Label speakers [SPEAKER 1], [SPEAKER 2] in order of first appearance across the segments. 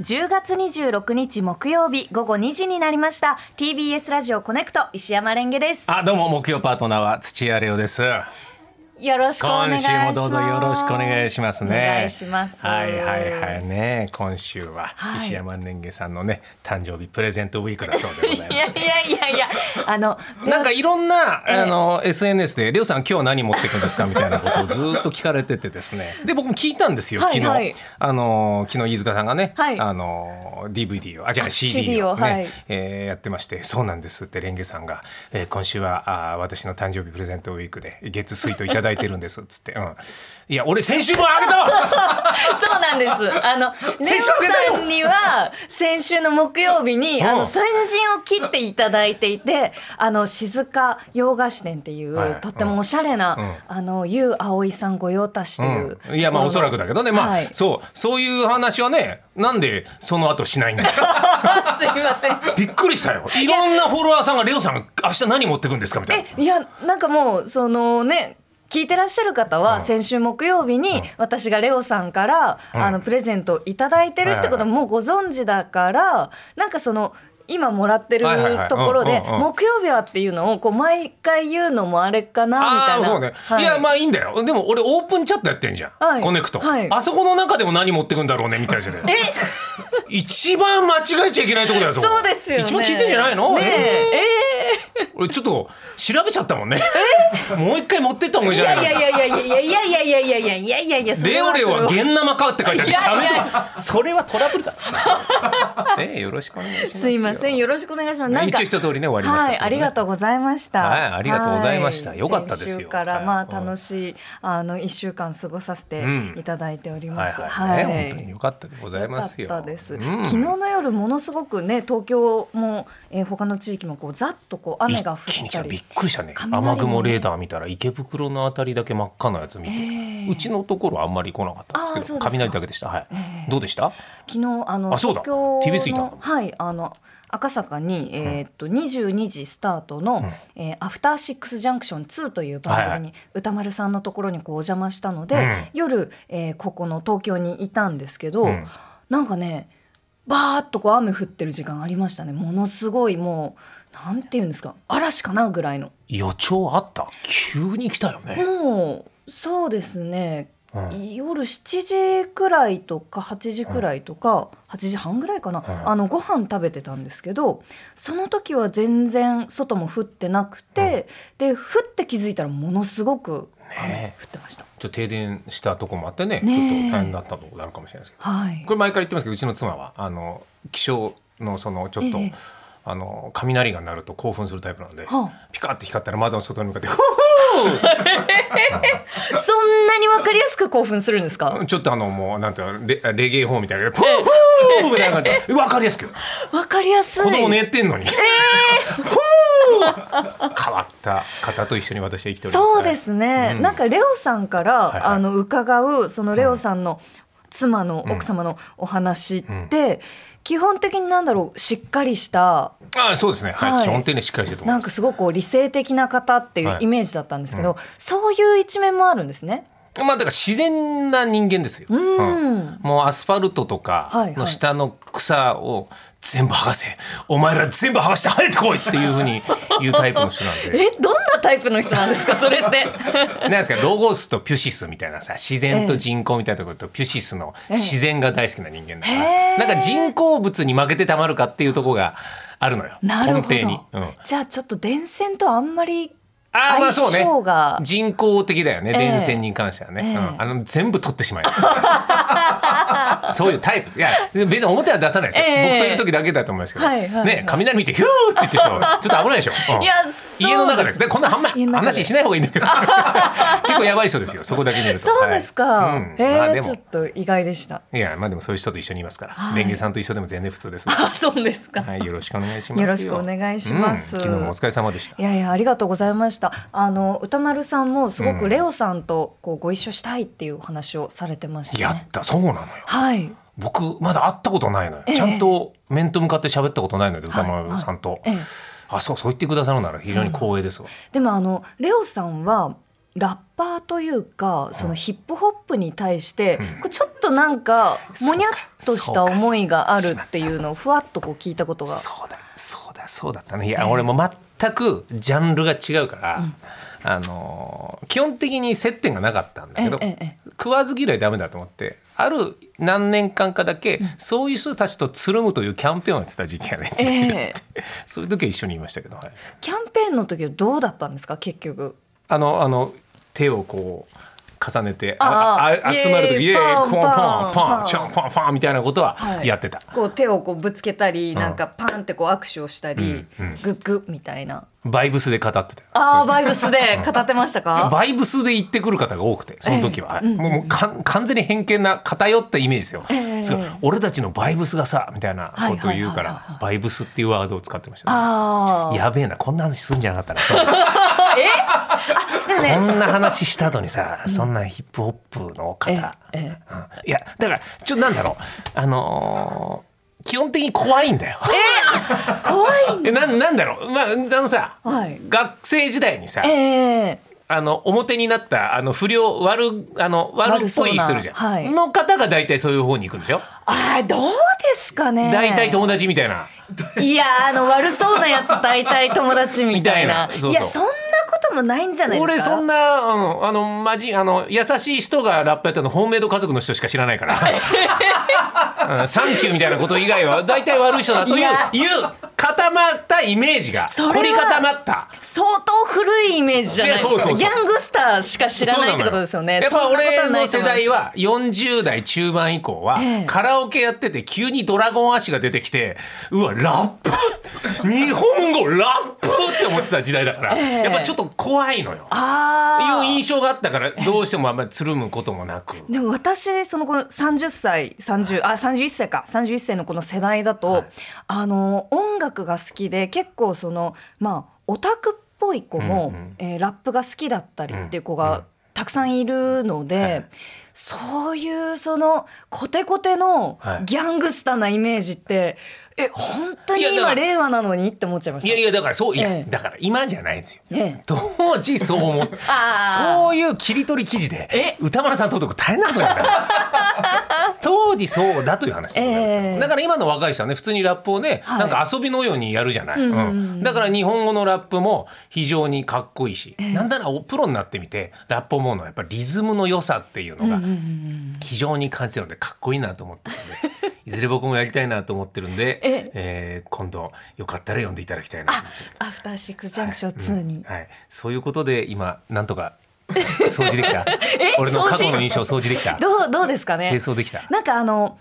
[SPEAKER 1] 10月26日木曜日午後2時になりました TBS ラジオコネクト石山レンゲです
[SPEAKER 2] あどうも木曜パートナーは土屋レオです
[SPEAKER 1] よろしくお願い
[SPEAKER 2] 今
[SPEAKER 1] します
[SPEAKER 2] 週もどうぞよろしくお願いしますね
[SPEAKER 1] お願いします
[SPEAKER 2] はいはいはいね今週は
[SPEAKER 1] はい
[SPEAKER 2] 石山レンゲさんのね誕生日プレゼントウィークだそうでござい
[SPEAKER 1] い
[SPEAKER 2] ま
[SPEAKER 1] や
[SPEAKER 2] す
[SPEAKER 1] いやいやいやあの
[SPEAKER 2] なんかいろんな、
[SPEAKER 1] ええ
[SPEAKER 2] あの SNS で「レオさん今日は何持ってくんですか?」みたいなことをずーっと聞かれててです ねで僕も聞いたんですよ
[SPEAKER 1] は
[SPEAKER 2] 昨
[SPEAKER 1] い
[SPEAKER 2] 日、
[SPEAKER 1] はい
[SPEAKER 2] あの昨日飯塚さんがね、
[SPEAKER 1] はい
[SPEAKER 2] あの DVD をあじゃあ
[SPEAKER 1] あ
[SPEAKER 2] CD をね
[SPEAKER 1] CD をはい
[SPEAKER 2] えーやってまして「そうなんです」ってレンゲさんが「えー今週はあー私の誕生日プレゼントウィークで月水といただいてるんです」っつって「うん、いや俺先週もあげた わ
[SPEAKER 1] そうなんです。あの、レ
[SPEAKER 2] 先週あげたよ
[SPEAKER 1] オさんには、先週の木曜日に、あ
[SPEAKER 2] う
[SPEAKER 1] の、
[SPEAKER 2] ん
[SPEAKER 1] 先陣を切っていただいていて、あの、静か洋菓子店っていう、
[SPEAKER 2] はい
[SPEAKER 1] とってもおしゃれな、
[SPEAKER 2] う
[SPEAKER 1] あの、ゆうあおいさん御用達という、
[SPEAKER 2] うん、いやまあおそらくだけどねまあ、
[SPEAKER 1] はい
[SPEAKER 2] そうそういう話はねなんでその後しないんだよ
[SPEAKER 1] すいません。
[SPEAKER 2] びっくりしたよ。いろんなフォロワーさんが、レオさん、明日何持ってくんですかみたいな。
[SPEAKER 1] えいやなんかもうそのね聞いてらっしゃる方は先週木曜日に私がレオさんからあのプレゼントをいただいてるってこと
[SPEAKER 2] はいはいはい
[SPEAKER 1] ももうご存知だからなんかその今もらってる
[SPEAKER 2] はいはいはい
[SPEAKER 1] ところで
[SPEAKER 2] うんうんうん
[SPEAKER 1] 木曜日はっていうのをこう毎回言うのもあれかな
[SPEAKER 2] ー
[SPEAKER 1] みた
[SPEAKER 2] そ
[SPEAKER 1] いうな
[SPEAKER 2] ね。。
[SPEAKER 1] はい
[SPEAKER 2] や、まあいいんだよ。でも俺、オープンチャットやってんじゃん。
[SPEAKER 1] はい
[SPEAKER 2] コネクト、
[SPEAKER 1] はい
[SPEAKER 2] あそこの中でも何持ってくんだろうね、みたいな。え一番間違えちゃいけないとこだよ、そこ
[SPEAKER 1] そうですよね。
[SPEAKER 2] 一番聞いてんじゃないの、
[SPEAKER 1] ねえ
[SPEAKER 2] えー俺、ちょっと、調べちゃったもんね。もう一回持ってった方がいい
[SPEAKER 1] え
[SPEAKER 2] じゃない
[SPEAKER 1] い
[SPEAKER 2] か。
[SPEAKER 1] やいやいやいやいやいやいやいやいやいやいやそれ
[SPEAKER 2] レオレオは
[SPEAKER 1] それ
[SPEAKER 2] ゲン生かって書いてある
[SPEAKER 1] いやいやいや
[SPEAKER 2] やめとけそれはトラブル だ。えー、よろしくお願いしますよ。
[SPEAKER 1] すいませんよろしくお願いします。なんか
[SPEAKER 2] 一応一通りね終わりましたけ
[SPEAKER 1] は
[SPEAKER 2] どね、
[SPEAKER 1] い、ありがとうございました。
[SPEAKER 2] はいありがとうございました
[SPEAKER 1] は
[SPEAKER 2] よかったですよ
[SPEAKER 1] 先週からまあ
[SPEAKER 2] はいうん
[SPEAKER 1] 楽しいあの一週間過ごさせていただいております。
[SPEAKER 2] はい
[SPEAKER 1] は
[SPEAKER 2] はい
[SPEAKER 1] い、
[SPEAKER 2] ね本当に良かったでございますよ。
[SPEAKER 1] 良かったです、
[SPEAKER 2] うん
[SPEAKER 1] 昨日の夜ものすごくね東京も、えー、他の地域もこうざっとこう雨が降
[SPEAKER 2] 一気
[SPEAKER 1] っ
[SPEAKER 2] に来
[SPEAKER 1] た
[SPEAKER 2] たび
[SPEAKER 1] り
[SPEAKER 2] っくりしたね
[SPEAKER 1] 雷もね
[SPEAKER 2] 雨雲レーダー見たら池袋のあたりだけ真っ赤なやつ見て、
[SPEAKER 1] ええ
[SPEAKER 2] うちのところはあんまり来なかったんですけ
[SPEAKER 1] ああそうですか
[SPEAKER 2] ど雷だけでしたはい、
[SPEAKER 1] ええ
[SPEAKER 2] どうでした
[SPEAKER 1] 昨日あの
[SPEAKER 2] あそうだ
[SPEAKER 1] 東京
[SPEAKER 2] TBS い
[SPEAKER 1] の
[SPEAKER 2] た
[SPEAKER 1] はいあの赤坂に、えーっと22時スタートの、えーアフターシックスジャンクション2という番
[SPEAKER 2] は
[SPEAKER 1] 組
[SPEAKER 2] いは
[SPEAKER 1] に歌丸さんのところにこうお邪魔したので、
[SPEAKER 2] うん
[SPEAKER 1] 夜、えーここの東京にいたんですけど、
[SPEAKER 2] うん
[SPEAKER 1] なんかねバーっとこう雨降ってる時間ありましたねものすごいもうなんていうんですか嵐かなぐらいの
[SPEAKER 2] 予兆あった急に来たよね、
[SPEAKER 1] もうそうですね
[SPEAKER 2] うん
[SPEAKER 1] 夜7時くらいとか8時くらいとか、8時半ぐらいかな、
[SPEAKER 2] ん
[SPEAKER 1] あのご飯食べてたんですけどその時は全然外も降ってなくて、で降って気づいたらものすごく雨
[SPEAKER 2] ね
[SPEAKER 1] 降ってました。
[SPEAKER 2] ちょっと停電したとこもあってね
[SPEAKER 1] ねえ
[SPEAKER 2] ちょっと大変だったところあるかもしれないですけど
[SPEAKER 1] はい
[SPEAKER 2] こ、れ毎回言ってますけどうちの妻はあの気象のそのちょっと、
[SPEAKER 1] ええ
[SPEAKER 2] あの雷が鳴ると興奮するタイプなので、
[SPEAKER 1] はあ
[SPEAKER 2] ピカって光ったら窓の外に向かっ て
[SPEAKER 1] そんなにわかりやすく興奮するんですか
[SPEAKER 2] ちょっとあのもうなんていうのレレゲエ法 みたいなポーポーみたいな感じでわかりやすく
[SPEAKER 1] わかりやすい
[SPEAKER 2] 子供寝てんのに、ほー変わった方と一緒に私は生きております
[SPEAKER 1] そうですね、
[SPEAKER 2] うん
[SPEAKER 1] なんかレオさんから、
[SPEAKER 2] いはい
[SPEAKER 1] あの伺うそのレオさんの妻の奥様のお話って、基本的になんだろうしっかりした
[SPEAKER 2] ああそうですねはい、
[SPEAKER 1] はい
[SPEAKER 2] 基本的にしっかりしてると思
[SPEAKER 1] ないん
[SPEAKER 2] ま
[SPEAKER 1] か
[SPEAKER 2] す
[SPEAKER 1] すごくこう理性的な方っていうイメージだったんですけど、そういう一面もあるんですね。
[SPEAKER 2] まあだから自然な人間ですよ、
[SPEAKER 1] うん、
[SPEAKER 2] もうアスファルトとか
[SPEAKER 1] はいは
[SPEAKER 2] の
[SPEAKER 1] い
[SPEAKER 2] 下の草を全部剥がせ、お前ら全部剥がして生えてこいっていうふうに言うタイプの人なんで
[SPEAKER 1] えどんなタイプの人なんですかそれ って。
[SPEAKER 2] なんですかロゴスとピュシスみたいなさ自然と人工みたいなところとピュシスの自然が大好きな人間だから、
[SPEAKER 1] ええ
[SPEAKER 2] なんか人工物に負けてたまるかっていうところがあるのよ
[SPEAKER 1] なるほど
[SPEAKER 2] 根底に。うん、あ
[SPEAKER 1] じゃあちょっと電線とあんまり
[SPEAKER 2] あまあそうね
[SPEAKER 1] 相性が
[SPEAKER 2] 人工的だよね、
[SPEAKER 1] ええ
[SPEAKER 2] 電線に関してはね、
[SPEAKER 1] ええ
[SPEAKER 2] うん、あの全部取ってしまえ そういうタイプですいや別に表は出さないですよ、
[SPEAKER 1] ええ
[SPEAKER 2] 僕といる時だけだと思いますけど、
[SPEAKER 1] はいはいはい
[SPEAKER 2] ね雷見てヒューって言ってしまうちょっと危ないでしょ、うん
[SPEAKER 1] いやそう
[SPEAKER 2] 家の中ですねこんなあんま
[SPEAKER 1] 家の中で
[SPEAKER 2] 話しない方がいいんだ けど結構やばい人ですよそこだけ見ると
[SPEAKER 1] そうですか。
[SPEAKER 2] はいうん
[SPEAKER 1] えー
[SPEAKER 2] まあで
[SPEAKER 1] ちょ
[SPEAKER 2] も
[SPEAKER 1] っと意外で した。
[SPEAKER 2] いやまあでもそういう人と一緒にいますから、
[SPEAKER 1] はい
[SPEAKER 2] レンゲさんと一緒でも全然普 通です
[SPEAKER 1] あそうですか。
[SPEAKER 2] はいよろしくお願いします
[SPEAKER 1] よろしくお願いします
[SPEAKER 2] うん昨日もお疲れ様でした
[SPEAKER 1] いやいやありがとうございました。あの歌丸さんもすご
[SPEAKER 2] う
[SPEAKER 1] く
[SPEAKER 2] ん
[SPEAKER 1] レオさんとこうご一緒したいっていうお話をされてました
[SPEAKER 2] や
[SPEAKER 1] ね。
[SPEAKER 2] ったそうなのよ
[SPEAKER 1] はい。
[SPEAKER 2] 僕まだ会ったことないのよ、
[SPEAKER 1] ええ
[SPEAKER 2] ちゃんと面と向かって喋ったことないので歌丸さんと、
[SPEAKER 1] ええ
[SPEAKER 2] あそうそう言ってくださるなら非常に光栄ですわ
[SPEAKER 1] でもあのレオさんはラッパーというかそのヒップホップに対して、こうちょっとなんかもにゃっとした思いがあるっていうのをふわっとこう聞いたことが
[SPEAKER 2] そうだそうだそうだったねいや俺も全くジャンルが違うから、あのー基本的に接点がなかったんだけど、
[SPEAKER 1] ええええ
[SPEAKER 2] 食わず嫌いダメだと思ってある何年間かだけ、そういう人たちとつるむというキャンペーンをやってた時期がね、
[SPEAKER 1] ええ
[SPEAKER 2] そういう時は一緒にいましたけど、はい
[SPEAKER 1] キャンペーンの時はどうだったんですか結局
[SPEAKER 2] あのあの手をこう重ねて
[SPEAKER 1] あ
[SPEAKER 2] あ
[SPEAKER 1] ー
[SPEAKER 2] あ
[SPEAKER 1] イエーイ
[SPEAKER 2] 集まる時イエーイ
[SPEAKER 1] パ
[SPEAKER 2] ポ
[SPEAKER 1] ン
[SPEAKER 2] ンポン
[SPEAKER 1] パン
[SPEAKER 2] パ
[SPEAKER 1] パ
[SPEAKER 2] ン
[SPEAKER 1] ン
[SPEAKER 2] シャンパンパンみたいなことは
[SPEAKER 1] はい
[SPEAKER 2] やってた、
[SPEAKER 1] こう手をこうぶつけたり
[SPEAKER 2] ん
[SPEAKER 1] なんかパンってこう握手をしたり
[SPEAKER 2] うんうん
[SPEAKER 1] グッグッみたいな
[SPEAKER 2] バイブスで語ってたよ
[SPEAKER 1] あーバイブスで語ってましたか
[SPEAKER 2] バイブスで行ってくる方が多くてその時は、
[SPEAKER 1] ええうん
[SPEAKER 2] もうもうかん完全に偏見な偏ったイメージですよ、
[SPEAKER 1] ええ
[SPEAKER 2] そう俺たちのバイブスがさみたいなことを言うか
[SPEAKER 1] はいはいはいは
[SPEAKER 2] らバイブスっていうワードを使ってましたね、
[SPEAKER 1] ああ
[SPEAKER 2] やべえなこんな話すんじゃなかったなそう こんな話した後にさそんなヒップホップの方、
[SPEAKER 1] ええ
[SPEAKER 2] うんいやだからちょっとなんだろうあのー基本的に怖いんだよ。
[SPEAKER 1] 怖い
[SPEAKER 2] えなんなんだろうまああのさ、
[SPEAKER 1] はい
[SPEAKER 2] 学生時代にさ、
[SPEAKER 1] ええ
[SPEAKER 2] あの表になったあの不良悪あの悪っぽい人いるじゃ
[SPEAKER 1] 悪
[SPEAKER 2] ん、
[SPEAKER 1] そうなはい
[SPEAKER 2] の方が大体そういう方に行くんでしょ、
[SPEAKER 1] あーどうですかね
[SPEAKER 2] 大体友達みたいない
[SPEAKER 1] やあの悪そうなやつ大体友達みたいな
[SPEAKER 2] みたいなそうそう
[SPEAKER 1] やそんなこともないんじゃないですか
[SPEAKER 2] 俺そんなあのあのマジあの優しい人がラップやったのホームメイド家族の人しか知らない から、うんサンキューみたいなこと以外は大体悪い人だという
[SPEAKER 1] いや
[SPEAKER 2] いう固まったイメージが
[SPEAKER 1] それは
[SPEAKER 2] 凝り固まった。
[SPEAKER 1] 相当古いイメージじゃないですか
[SPEAKER 2] いやそうそうそう
[SPEAKER 1] ギャングスターしか知らないってことですよね
[SPEAKER 2] やっぱ
[SPEAKER 1] そんなこと
[SPEAKER 2] 俺
[SPEAKER 1] はな
[SPEAKER 2] の
[SPEAKER 1] いと
[SPEAKER 2] 世
[SPEAKER 1] 思います
[SPEAKER 2] 代は40代中盤以降は
[SPEAKER 1] ええ
[SPEAKER 2] カラオケやってて急にドラゴン足が出てきてうわラップ日本語ラップって思ってた時代だから
[SPEAKER 1] ええ
[SPEAKER 2] やっぱちょっと怖いのよ。いう
[SPEAKER 1] あ
[SPEAKER 2] 印象があったからどうしてもあんまりつるむこともなく。
[SPEAKER 1] あでも私そのこの30歳30あ31歳か31歳のこの世代だと、
[SPEAKER 2] はい
[SPEAKER 1] あの音楽が好きで結構そのまあオタクっぽい子も、
[SPEAKER 2] うんうん
[SPEAKER 1] えーラップが好きだったりっていう子
[SPEAKER 2] うん
[SPEAKER 1] がたくさんいるので、
[SPEAKER 2] はい
[SPEAKER 1] そういうそのコテコテの
[SPEAKER 2] はい
[SPEAKER 1] ギャングスターなイメージって、え本当に
[SPEAKER 2] いやだか
[SPEAKER 1] 今
[SPEAKER 2] ら
[SPEAKER 1] 令和なのにって思っちゃいまし
[SPEAKER 2] い
[SPEAKER 1] た。
[SPEAKER 2] やいやだからそういや、
[SPEAKER 1] ええ
[SPEAKER 2] だから今じゃないんですよ。
[SPEAKER 1] ねえ
[SPEAKER 2] 当時そう思う
[SPEAKER 1] あー
[SPEAKER 2] そういう切り取り記事で
[SPEAKER 1] え
[SPEAKER 2] 歌丸さんとこ大変なことに なる当時そうだという話でございますよ、
[SPEAKER 1] ええ
[SPEAKER 2] だから今の若い人はね普通にラップをね、
[SPEAKER 1] はい
[SPEAKER 2] なんか遊びのようにやるじゃない、
[SPEAKER 1] うんうんうん
[SPEAKER 2] うんだから日本語のラップも非常にかっこいいし、なんならおプロになってみてラップ思うのはやっぱりリズムの良さっていうのが
[SPEAKER 1] うんうんうん
[SPEAKER 2] 非常に感じてるのでかっこいいなと思ってるの でいずれ僕もやりたいなと思ってるんで、
[SPEAKER 1] え
[SPEAKER 2] えー今度よかったら読んでいただきたいなと思って
[SPEAKER 1] アフターシックスジャンクション2に、
[SPEAKER 2] はい、そういうことで今なん とか掃除できた
[SPEAKER 1] え
[SPEAKER 2] 俺の過去
[SPEAKER 1] 掃
[SPEAKER 2] の
[SPEAKER 1] 除
[SPEAKER 2] 印象掃除できた
[SPEAKER 1] どうどうですかね
[SPEAKER 2] 清掃できた
[SPEAKER 1] なんかあの、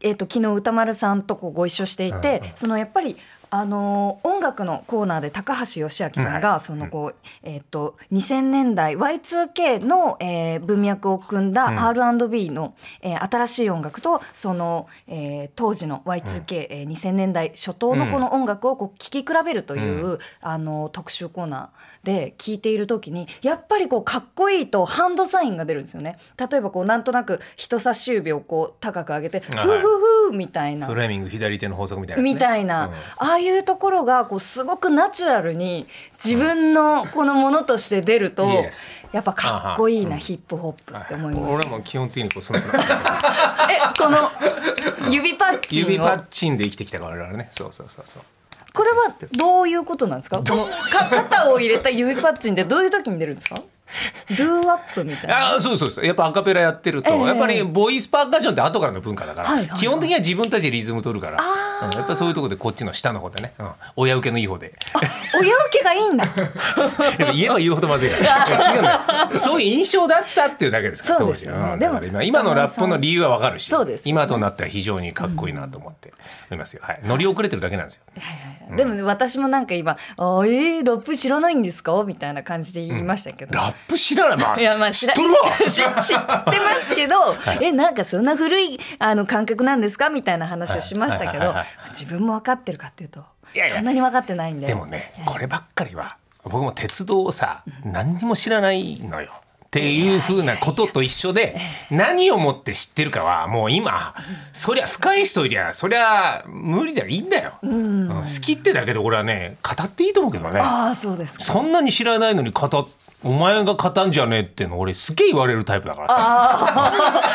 [SPEAKER 1] えー、と昨日歌丸さんとこうご一緒していて、
[SPEAKER 2] うんうん
[SPEAKER 1] そのやっぱりあの音楽のコーナーで高橋義明さん
[SPEAKER 2] は
[SPEAKER 1] が
[SPEAKER 2] い
[SPEAKER 1] そのこう、えー、と2000年代 Y2K の、えー文脈を組んだ
[SPEAKER 2] うん
[SPEAKER 1] R&B の、えー新しい音楽とその、えー当時の Y2K2000、えー2000年代初頭のこの音楽をこう聴き比べるという、あの特集コーナーで聞いている時にやっぱりこうかっこいいとハンドサインが出るんですよね。例えばこうなんとなく人差し指をこう高く上げて「ふ
[SPEAKER 2] は
[SPEAKER 1] う
[SPEAKER 2] い
[SPEAKER 1] ふうふう」みたいな
[SPEAKER 2] フ。ラミング左手の法則みたいなやつね、
[SPEAKER 1] みたいな、
[SPEAKER 2] うん
[SPEAKER 1] ああいうところがこうすごくナチュラルに自分のこのものとして出ると、
[SPEAKER 2] Yes
[SPEAKER 1] やっぱかっこいい
[SPEAKER 2] あは
[SPEAKER 1] な、
[SPEAKER 2] うん
[SPEAKER 1] ヒップホップって思います、
[SPEAKER 2] 俺も基本的にこうその
[SPEAKER 1] えこの指パッチンを
[SPEAKER 2] 指パッチンで生きてきたから俺らねそうそうそうそう
[SPEAKER 1] これはどういうことなんですかこのか肩を入れた指パッチンってどういう時に出るんですかドゥーアップみたいな
[SPEAKER 2] あーそうそうそうやっぱアカペラやってると、
[SPEAKER 1] ええ
[SPEAKER 2] やっぱりボイスパーカッションって後からの文化だから、
[SPEAKER 1] はいはいはい
[SPEAKER 2] 基本的には自分たちでリズム取るから、うんやっぱりそういうところでこっちの下の方でね、うん親受けのいい方で
[SPEAKER 1] 親受けがいいんだ
[SPEAKER 2] やっぱ言えば言うほどまず いから違うんだよそういう印象だったっていうだけですから
[SPEAKER 1] そうですよね
[SPEAKER 2] ん
[SPEAKER 1] でも
[SPEAKER 2] だから今今のラップの理由はわかるし
[SPEAKER 1] そうですよね
[SPEAKER 2] 今となっては非常にかっこいいなと思って思いますよ、はい、乗り遅れてるだけなんですよ
[SPEAKER 1] でも私もなんか今「あーえー、ラップ知らないんですか?」みたいな感じで言いましたけど、
[SPEAKER 2] ラップ知らないまあ
[SPEAKER 1] いやまあ
[SPEAKER 2] 知
[SPEAKER 1] 知
[SPEAKER 2] っ
[SPEAKER 1] ら
[SPEAKER 2] とるわ
[SPEAKER 1] 知知ってますけど、えなんかそんな古いあの感覚なんですかみたいな話をしましたけ
[SPEAKER 2] はい
[SPEAKER 1] ど
[SPEAKER 2] はいはい
[SPEAKER 1] 自分も分かってるかっていうと
[SPEAKER 2] いやいや
[SPEAKER 1] そんなに分かってないんで
[SPEAKER 2] でもね
[SPEAKER 1] ええ
[SPEAKER 2] こればっかりは僕も鉄道をさ何にも知らないのよっていうふうなことと一緒で何をもって知ってるかはもう今そりゃ深い人いりゃそりゃ無理だよいいんだよ、うん好きってだけで俺はね語っていいと思うけどね
[SPEAKER 1] ああそうですか
[SPEAKER 2] そんなに知らないのに語お前が勝たんじゃねえっての俺すげえ言われるタイプだからさ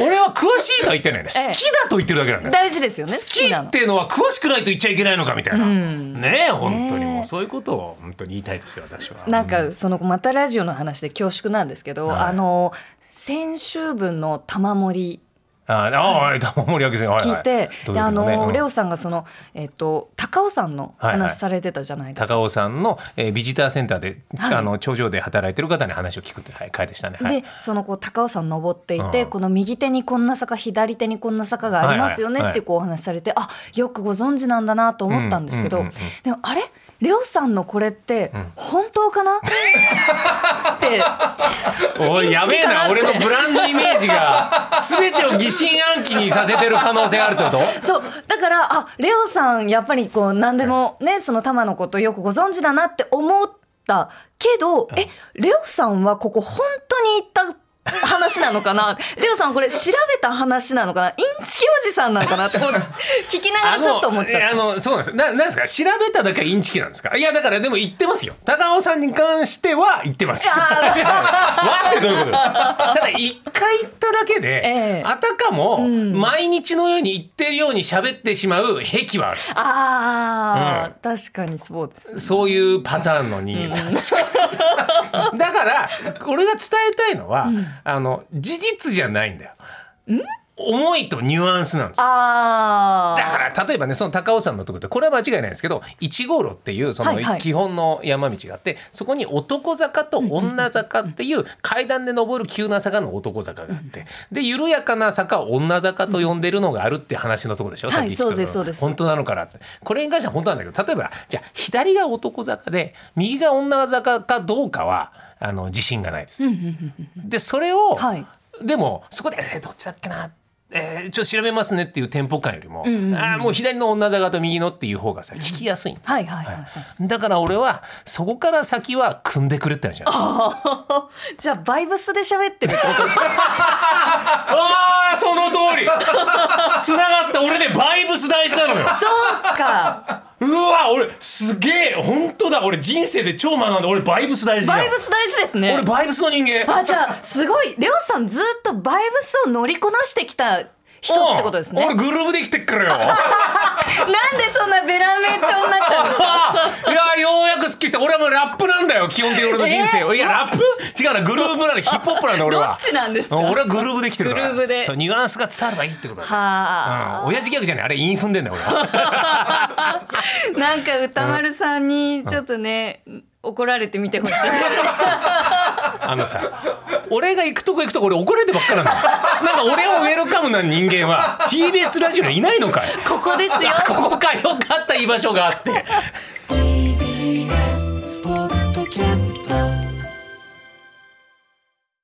[SPEAKER 2] 俺は詳しいとは言ってないね、
[SPEAKER 1] ええ
[SPEAKER 2] 好きだと言ってるだけなんだよ
[SPEAKER 1] 大事ですよね
[SPEAKER 2] 好
[SPEAKER 1] 好
[SPEAKER 2] き
[SPEAKER 1] きな
[SPEAKER 2] っ
[SPEAKER 1] の
[SPEAKER 2] ていうのは詳しくないと言っちゃいけないのかみたいな、
[SPEAKER 1] ん
[SPEAKER 2] ねえ本当にも
[SPEAKER 1] ね
[SPEAKER 2] う
[SPEAKER 1] え
[SPEAKER 2] そういうことを本当に言いたいですよ私は
[SPEAKER 1] なん
[SPEAKER 2] う
[SPEAKER 1] かそのまたラジオの話で恐縮なんですけど、
[SPEAKER 2] はい
[SPEAKER 1] あの先週分の玉盛り
[SPEAKER 2] あああ玉森明先生はい
[SPEAKER 1] 聞いて、
[SPEAKER 2] どう
[SPEAKER 1] で
[SPEAKER 2] う
[SPEAKER 1] あ
[SPEAKER 2] ことね
[SPEAKER 1] の、
[SPEAKER 2] うん
[SPEAKER 1] レオさんがそのえっ、と高尾山の
[SPEAKER 2] はいはい
[SPEAKER 1] 話されてたじゃないですか。
[SPEAKER 2] 高尾さんの、えービジターセンターで、
[SPEAKER 1] はい
[SPEAKER 2] あの頂上で働いてる方に話を聞くってはい書いてしたね。はい、
[SPEAKER 1] でそのこう高尾山登っていて、
[SPEAKER 2] うん
[SPEAKER 1] この右手にこんな坂左手にこんな坂がありますよね
[SPEAKER 2] はいはい
[SPEAKER 1] ってこうお話しされて、あよくご存知なんだなと思ったんですけど、
[SPEAKER 2] うんうんうんうん
[SPEAKER 1] でもあれレオさんのこれって本当かな、って
[SPEAKER 2] お いやべえな俺のブランドイメージが全てを疑心暗鬼にさせてる可能性があるってこと
[SPEAKER 1] そうだからあレオさんやっぱりこう何でもねその玉のことよくご存知だなって思ったけどえレオさんはここ本当に行った話なのか なレオさんこれ調べた話なのかなインチキおじさんなのかなってこう 聞きながらちょっと思っちゃった。
[SPEAKER 2] あのそうなんですななんですか調べただけはインチキなんですかいやだからでも言ってますよ高尾さんに関しては言ってますいや わってどういうことただ一回行っただけ
[SPEAKER 1] え
[SPEAKER 2] で、
[SPEAKER 1] え
[SPEAKER 2] あたかも
[SPEAKER 1] ん
[SPEAKER 2] 毎日のように言ってるように喋ってしまう癖はある
[SPEAKER 1] あー、
[SPEAKER 2] うん
[SPEAKER 1] 確かにそうです。
[SPEAKER 2] そういうパターンの人間、 だから俺が伝えたいのは、あの事実じゃないんだよ。思いとニュアンスなんですよ
[SPEAKER 1] あー
[SPEAKER 2] だから例えばねその高尾山のところでこれは間違いないですけど1号路っていうそ
[SPEAKER 1] はいは
[SPEAKER 2] の
[SPEAKER 1] い
[SPEAKER 2] 基本の山道があって、そこに男坂と女坂っていう階段で登る急な坂の男坂があってで緩やかな坂を女坂と呼んでるのがあるっていう話のところでしょ、
[SPEAKER 1] うん
[SPEAKER 2] さっ
[SPEAKER 1] は
[SPEAKER 2] き
[SPEAKER 1] い
[SPEAKER 2] 言ってた
[SPEAKER 1] そうですそうです
[SPEAKER 2] 本当なのかなってこれに関しては本当なんだけど例えばじゃあ左が男坂で右が女坂かどうかはあの自信がないです。でそれを、
[SPEAKER 1] はい
[SPEAKER 2] でもそこで、えーどっちだっけな、えーちょっと調べますねっていうテンポ感よりも、
[SPEAKER 1] んうんうん
[SPEAKER 2] あーもう左の女坂と右のっていう方がさ聞きやすいんですよ、
[SPEAKER 1] はいはいはい、はい、
[SPEAKER 2] だから俺はそこから先は組んでくれって話なんです
[SPEAKER 1] じゃあバイブスで喋ってる ってことですか
[SPEAKER 2] ああその通 り繋がった俺ねバイブス大事なのよ
[SPEAKER 1] そうか
[SPEAKER 2] うわ俺すげえ本当だ俺人生で超学んで俺バイブス大事だ
[SPEAKER 1] バイブス大事ですね
[SPEAKER 2] 俺バイブスの人間
[SPEAKER 1] あじゃあすごいレオさんずっとバイブスを乗りこなしてきた人ってことですね
[SPEAKER 2] う
[SPEAKER 1] なんんで
[SPEAKER 2] 俺グルーブできてっからよ
[SPEAKER 1] そんなベランメイ調になっちゃうんですか
[SPEAKER 2] ああいやようやくすっきりした俺はもうラップなんだよ基本的に俺の人生、いやラップ違うなグルーブ なのヒップホップなんだ俺
[SPEAKER 1] ど
[SPEAKER 2] は
[SPEAKER 1] っちなんですかは
[SPEAKER 2] 俺はグルーブできてるか
[SPEAKER 1] グ
[SPEAKER 2] ら
[SPEAKER 1] ルーブで
[SPEAKER 2] そうニュアンスが伝わればいいってことだ
[SPEAKER 1] あ、
[SPEAKER 2] うん、親父ギャグじゃないあれインフンでんだよ俺は
[SPEAKER 1] なんか歌丸さんにちょっとね、怒られてみてほしい
[SPEAKER 2] あのさ俺が行くとこ行くとこ俺怒られてばっかなん だよなんか俺をウェルカムな人間は TBS ラジオにいないのかい
[SPEAKER 1] ここですよ
[SPEAKER 2] ここかよかった居場所があって